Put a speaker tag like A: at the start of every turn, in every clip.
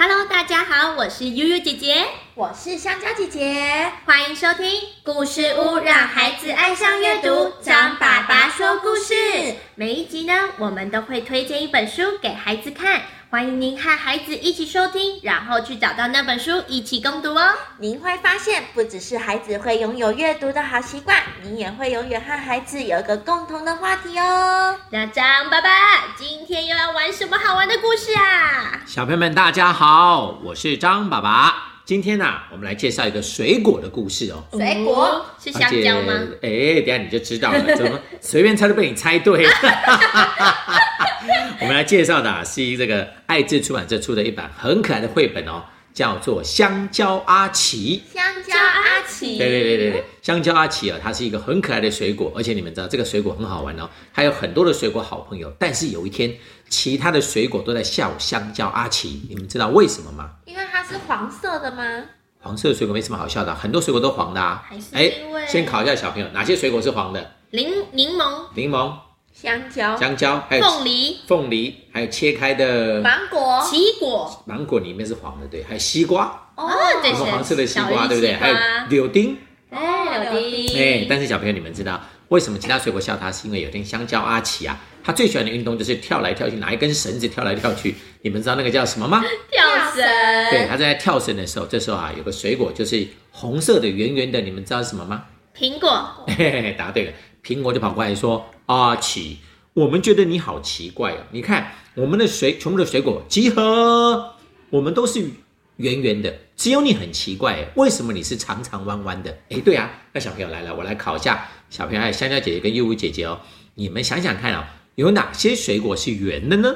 A: 好，我是悠悠姐姐，
B: 我是香蕉姐姐，
A: 欢迎收听《故事屋》，让孩子爱上阅读。张爸爸说故事，每一集呢，我们都会推荐一本书给孩子看，欢迎您和孩子一起收听，然后去找到那本书一起共读哦。
B: 您会发现，不只是孩子会拥有阅读的好习惯，你也会永远和孩子有一个共同的话题哦。
A: 那张爸爸今天又要玩什么好玩的故事啊？
C: 小朋友们，大家好，我是张爸爸。今天呢、我们来介绍一个水果的故事哦。
B: 水果
A: 哦是香蕉吗？
C: 而且？哎、等一下你就知道了，怎么随便猜都被你猜对了。 我们来介绍的、啊、是一这个爱智出版社出的一本很可爱的绘本哦，叫做《香蕉阿奇》。
B: 香蕉
A: 蕉阿
B: 阿
A: 奇
B: 奇，
C: 对对对
A: 嗯
C: 对对，香蕉阿奇啊，它是一个很可爱的水果，而且你们知道这个水果很好玩哦，它有很多的水果好朋友。但是有一天，其他的水果都在笑香蕉阿奇，你们知道为什么吗？
B: 因为它是黄色的吗？
C: 黄色的水果没什么好笑的啊，很多水果都黄的啊
A: 还是。
C: 哎
A: 因为，
C: 先考一下小朋友，哪些水果是黄的？
A: 柠柠檬、
C: 柠檬、
B: 香蕉、
C: 香蕉，还有
A: 哦凤梨、
C: 凤梨，还有切开的
B: 芒果，
A: 奇异果，
C: 芒果里面是黄的，对，还有西瓜，
B: 哦
A: 啊对
C: 有黄色的西
A: 小
C: 瓜，
A: 人
C: 对不对？
A: 西瓜
C: 还有柳丁，
A: 哎，柳丁，
C: 哎，但是小朋友，你们知道为什么其他水果笑他？是因为有一天香蕉阿奇啊，他最喜欢的运动就是跳来跳去，拿一根绳子跳来跳去。你们知道那个叫什么吗？
A: 跳绳，
C: 对，他在跳绳的时候，这时候啊，有个水果就是红色的、圆圆的，你们知道是什么吗？
A: 苹果，
C: 嘿嘿嘿，答对了。苹果就跑过来说：“阿奇，我们觉得你好奇怪哦，你看我们的水，全部的水果集合，我们都是圆圆的，只有你很奇怪耶，为什么你是长长弯弯的？”哎，对啊，那小朋友来了，我来考一下小朋友，还有香蕉姐姐跟柚柚姐姐哦，你们想想看哦，有哪些水果是圆的呢？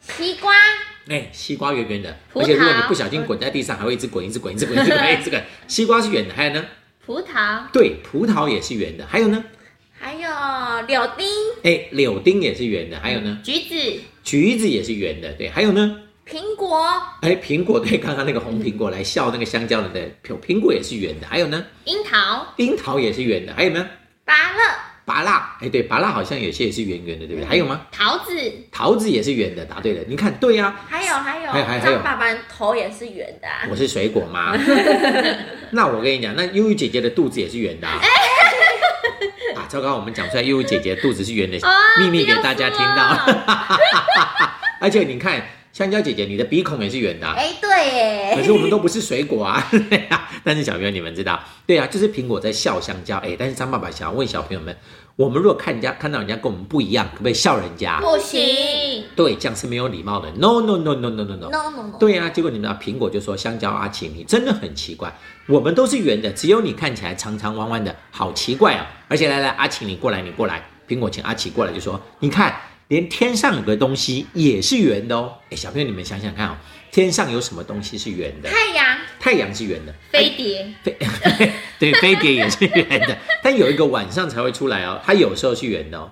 B: 西瓜，
C: 哎，西瓜圆圆的，
A: 葡萄
C: 而且如果你不小心滚在地上，还会一直滚，一直滚，一直滚，一直滚，一直滚。西瓜是圆的，还有呢？
A: 葡萄，
C: 对，葡萄也是圆的，还有呢？
B: 还有柳丁、
C: 哎，柳丁也是圆的，还有呢，
A: 橘子，
C: 橘子也是圆的，对，还有呢，
B: 苹果、
C: 哎，苹果，对，刚刚那个红苹果来笑那个香蕉的，对，苹苹果也是圆的，还有呢，
A: 樱桃，
C: 樱桃也是圆的，还有呢，
B: 芭乐、
C: 芭辣，哎，对，芭辣好像有些也是圆圆的，对不对？还有吗？
A: 桃子，
C: 桃子也是圆的，答对了，你看，对呀、
B: 还有还有
C: 还有还有，
B: 张爸爸头也是圆的啊，
C: 我是水果吗？那我跟你讲，那悠悠姐姐的肚子也是圆的、啊。啊，糟糕，我们讲出来悠悠姐姐肚子是圆的、
A: 啊
C: 秘密给大家听到，
A: 到，
C: 而且你看，香蕉姐姐你的鼻孔也是圆的啊、
B: 哎，对
C: 可
B: 耶，
C: 是我们都不是水果啊， 对啊但是小朋友你们知道，对啊，就是苹果在笑香蕉，哎，但是张爸爸想要问小朋友们，我们如果看人家看到人家跟我们不一样，可不可以笑人 家？
B: 不行
C: 对，这样是没有礼貌的。No no no no no no
B: ，no
C: no。
B: no no，
C: 对啊，结果你们啊，苹果就说香蕉阿奇，你真的很奇怪，我们都是圆的，只有你看起来长长弯弯的，好奇怪啊！而且来来，阿奇你过来，你过来，苹果请阿奇过来就说，你看，连天上有个东西也是圆的哦。哎，小朋友你们想想看哦，天上有什么东西是圆的？
B: 太阳、
A: 啊
C: 太阳是圆的，
A: 飞碟，
C: 对，飞碟也是圆的，但有一个晚上才会出来哦，它有时候是圆的哦。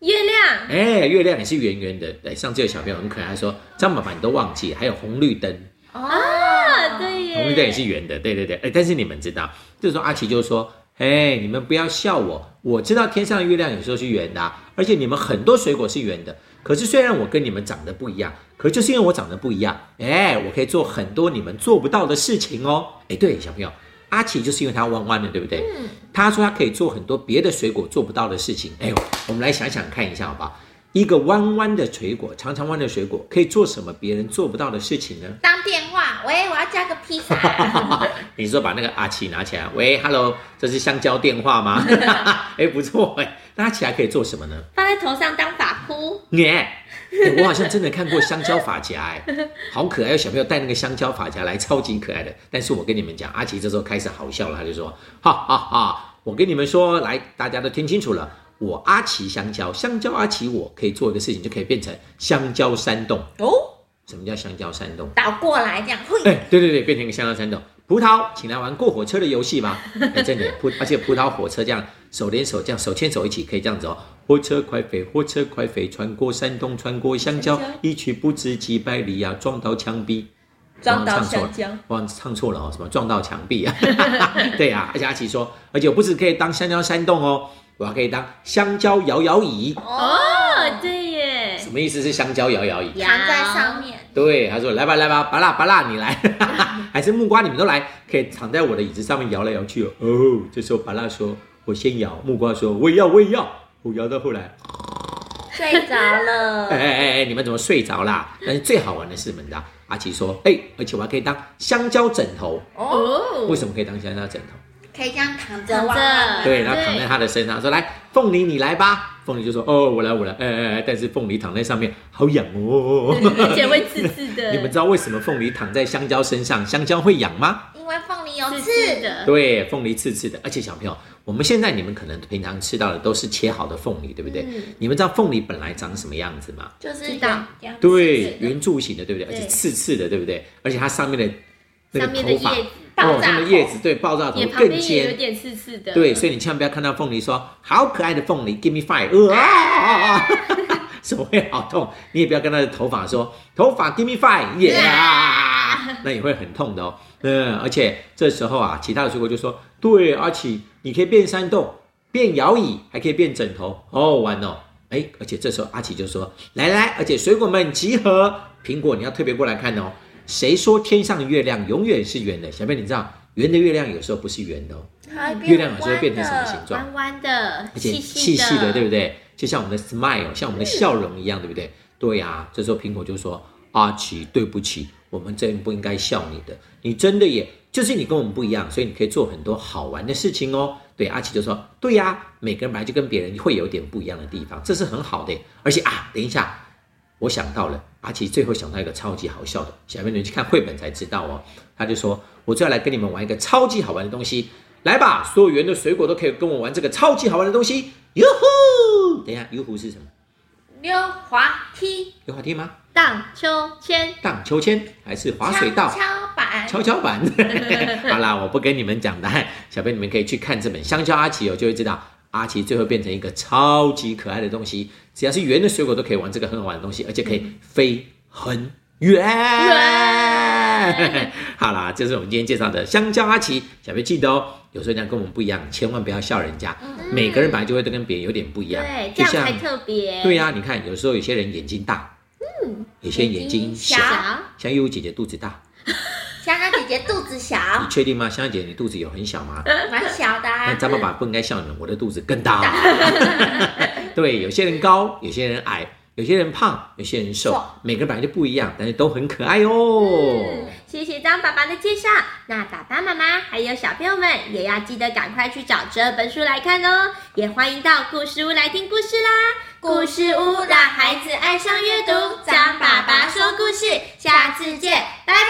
A: 月亮，
C: 哎，月亮也是圆圆的。哎，上次有小朋友很可爱，他说张爸爸你都忘记，还有红绿灯，
B: 哦
A: 啊，，对耶，
C: 红绿灯也是圆的，对对对。哎，但是你们知道，这时候阿奇就说：“哎，你们不要笑我，我知道天上的月亮有时候是圆的啊、而且你们很多水果是圆的。可是虽然我跟你们长得不一样，可就是因为我长得不一样，哎，我可以做很多你们做不到的事情哦。哎，对，小朋友，阿奇就是因为他弯弯的，对不对？他说他可以做很多别的水果做不到的事情。哎呦，我们来想想看一下好不好？一个弯弯的水果，长长弯的水果，可以做什么别人做不到的事情呢？
B: 当电话，喂，我要加个披萨。
C: 你是说把那个阿奇拿起来，喂，hello，这是香蕉电话吗？哎，不错哎，那它起来可以做什么呢？
A: 放在头上当发箍，
C: 你、哎我好像真的看过香蕉发夹，哎，好可爱！有小朋友带那个香蕉发夹来，超级可爱的。但是我跟你们讲，阿奇这时候开始好笑了，他就说，哈哈哈，我跟你们说，来，大家都听清楚了，我阿奇香蕉，香蕉阿奇我，可以做一个事情，就可以变成香蕉山洞。
B: 哦，
C: 什么叫香蕉山洞？
B: 倒过来这样，
C: 哎、
B: 嘿，
C: 对对对，变成一个香蕉山洞。葡萄，请来玩过火车的游戏吧。哎，真的葡，而且葡萄火车这样手连手，这样手牵手一起，可以这样子哦。火车快飞，火车快飞，穿过山洞，穿过香蕉
B: 香蕉，
C: 一去不知几百里啊，撞到墙壁。
B: 撞到
C: 我唱错
B: 香蕉
C: 了，我唱错了哦，什么撞到墙壁啊？ 对啊，而且阿奇说，而且我不止可以当香蕉山洞哦，我还可以当香蕉摇摇椅。
A: 哦，，对耶，
C: 什么意思是香蕉摇摇椅？
B: 藏在上面，
C: 对，他说来吧来吧，巴拉巴拉你来， 还是木瓜，你们都来，可以躺在我的椅子上面摇来摇去哦。哦，这时候巴拉说：“我先摇。”木瓜说：“我也要，我也要。”我摇到后来，
B: 睡 着
C: 哎
B: 了，
C: 哎哎哎，你们怎么睡着啦？但是最好玩的是什么？你知道？阿奇说：“哎，而且我还可以当香蕉枕头。
B: 哦，
A: 哦，
C: 为什么可以当香蕉枕头？
B: 可以这样躺着
A: 躺
B: 玩
A: 着，
B: 玩。
C: 对，然后躺在他的身上，说来，凤梨你来吧。凤梨就说哦，我来我来，哎哎哎，但是凤梨躺在上面好痒 哦。
A: 而且会刺刺的，
C: 你们知道为什么凤梨躺在香蕉身上，香蕉会痒吗？
B: 因为凤梨有
A: 刺
B: 刺
A: 刺，的，
C: 对，凤梨刺刺的，而且小朋友，我们现在你们可能平常吃到的都是切好的凤梨，对不对？
A: 嗯
C: 你们知道凤梨本来长什么样子吗？
B: 就是
A: 知道
B: 圆
C: 对，，
B: 这样
C: 圆柱形的，对不对？而
A: 对
C: 且刺刺的，对不对？而且它上面的那个
A: 上面的叶
C: 头发，
A: 子
B: 爆
C: 哦，
B: 炸
C: 那个
B: 头
C: 叶子对爆炸头
A: 也旁
C: 更
A: 边也有
C: 尖，
A: 点刺刺的，
C: 对，所以你千万不要看到凤梨说好可爱的凤梨，give me five，呃啊啊啊啊， 手会好痛。你也不要跟他的头发说头发 give me five，耶、啊那也会很痛的哦。嗯，而且这时候啊，其他的水果就说，对，阿奇，你可以变山洞，变摇椅，还可以变枕头，好好玩哦。哎，而且这时候阿奇就说，来来，而且水果们集合，苹果你要特别过来看哦。谁说天上的月亮永远是圆的？小妹，你知道圆的月亮有时候不是圆的哦。
B: 它会变
C: 月亮有时候会变成什么
B: 弯
C: 形
B: 的？
C: 状？
A: 弯弯的，
C: 而且
A: 细
C: 细细的，嗯对
A: 不
C: 不对？就像我们的 smile，像我们的笑容一样，对不对？对呀、这时候苹果就说：“阿奇，对不起，我们真不应该笑你的，你真的也就是你跟我们不一样，所以你可以做很多好玩的事情哦。”对，阿奇就说：“对呀、每个人本来就跟别人会有点不一样的地方，这是很好的。而且啊，等一下，我想到了，阿奇最后想到一个超级好笑的，小妹你去看绘本才知道哦。他就说：“我就要来跟你们玩一个超级好玩的东西，来吧，所有园的水果都可以跟我玩这个超级好玩的东西。”哟呼！等一下，哟呼是什么？
B: 溜滑梯、
C: 有滑梯吗？
A: 荡秋千，
C: 荡秋千还是滑水道？
B: 跷板、
C: 跷跷板。 好啦，我不跟你们讲答案，小朋友你们可以去看这本《香蕉阿奇》哦，就会知道阿奇最后变成一个超级可爱的东西。只要是圆的水果都可以玩这个很好玩的东西，而且可以飞很远。
A: 嗯
C: 好啦，这是我们今天介绍的香蕉阿奇，小朋友记得哦，有时候人家跟我们不一样，千万不要笑人家。
B: 嗯
C: 每个人本来就会都跟别人有点不一样，
A: 对，这
C: 就
A: 样
C: 像
A: 才特别，
C: 对呀、你看有时候有些人眼睛大，嗯，有些人眼睛
B: 眼睛
C: 小
B: 小，
A: 小
C: 像悠悠姐姐肚子大。
B: 香香姐姐肚子小，
C: 你确定吗？香香姐，你肚子有 很小吗？
B: 蛮小的、
C: 那
B: 啊。
C: 张爸爸不应该笑你，我的肚子更大、哦。 对，有些人高，有些人矮，有些人胖，有些人瘦
B: 瘦，
C: 每个人本来就不一样，但是都很可爱哦。
A: 嗯，谢谢张爸爸的介绍。那爸爸妈妈还有小朋友们也要记得赶快去找这本书来看哦，也欢迎到故事屋来听故事啦。故事屋让孩子爱上阅读，张爸爸说故事，下次见，拜拜。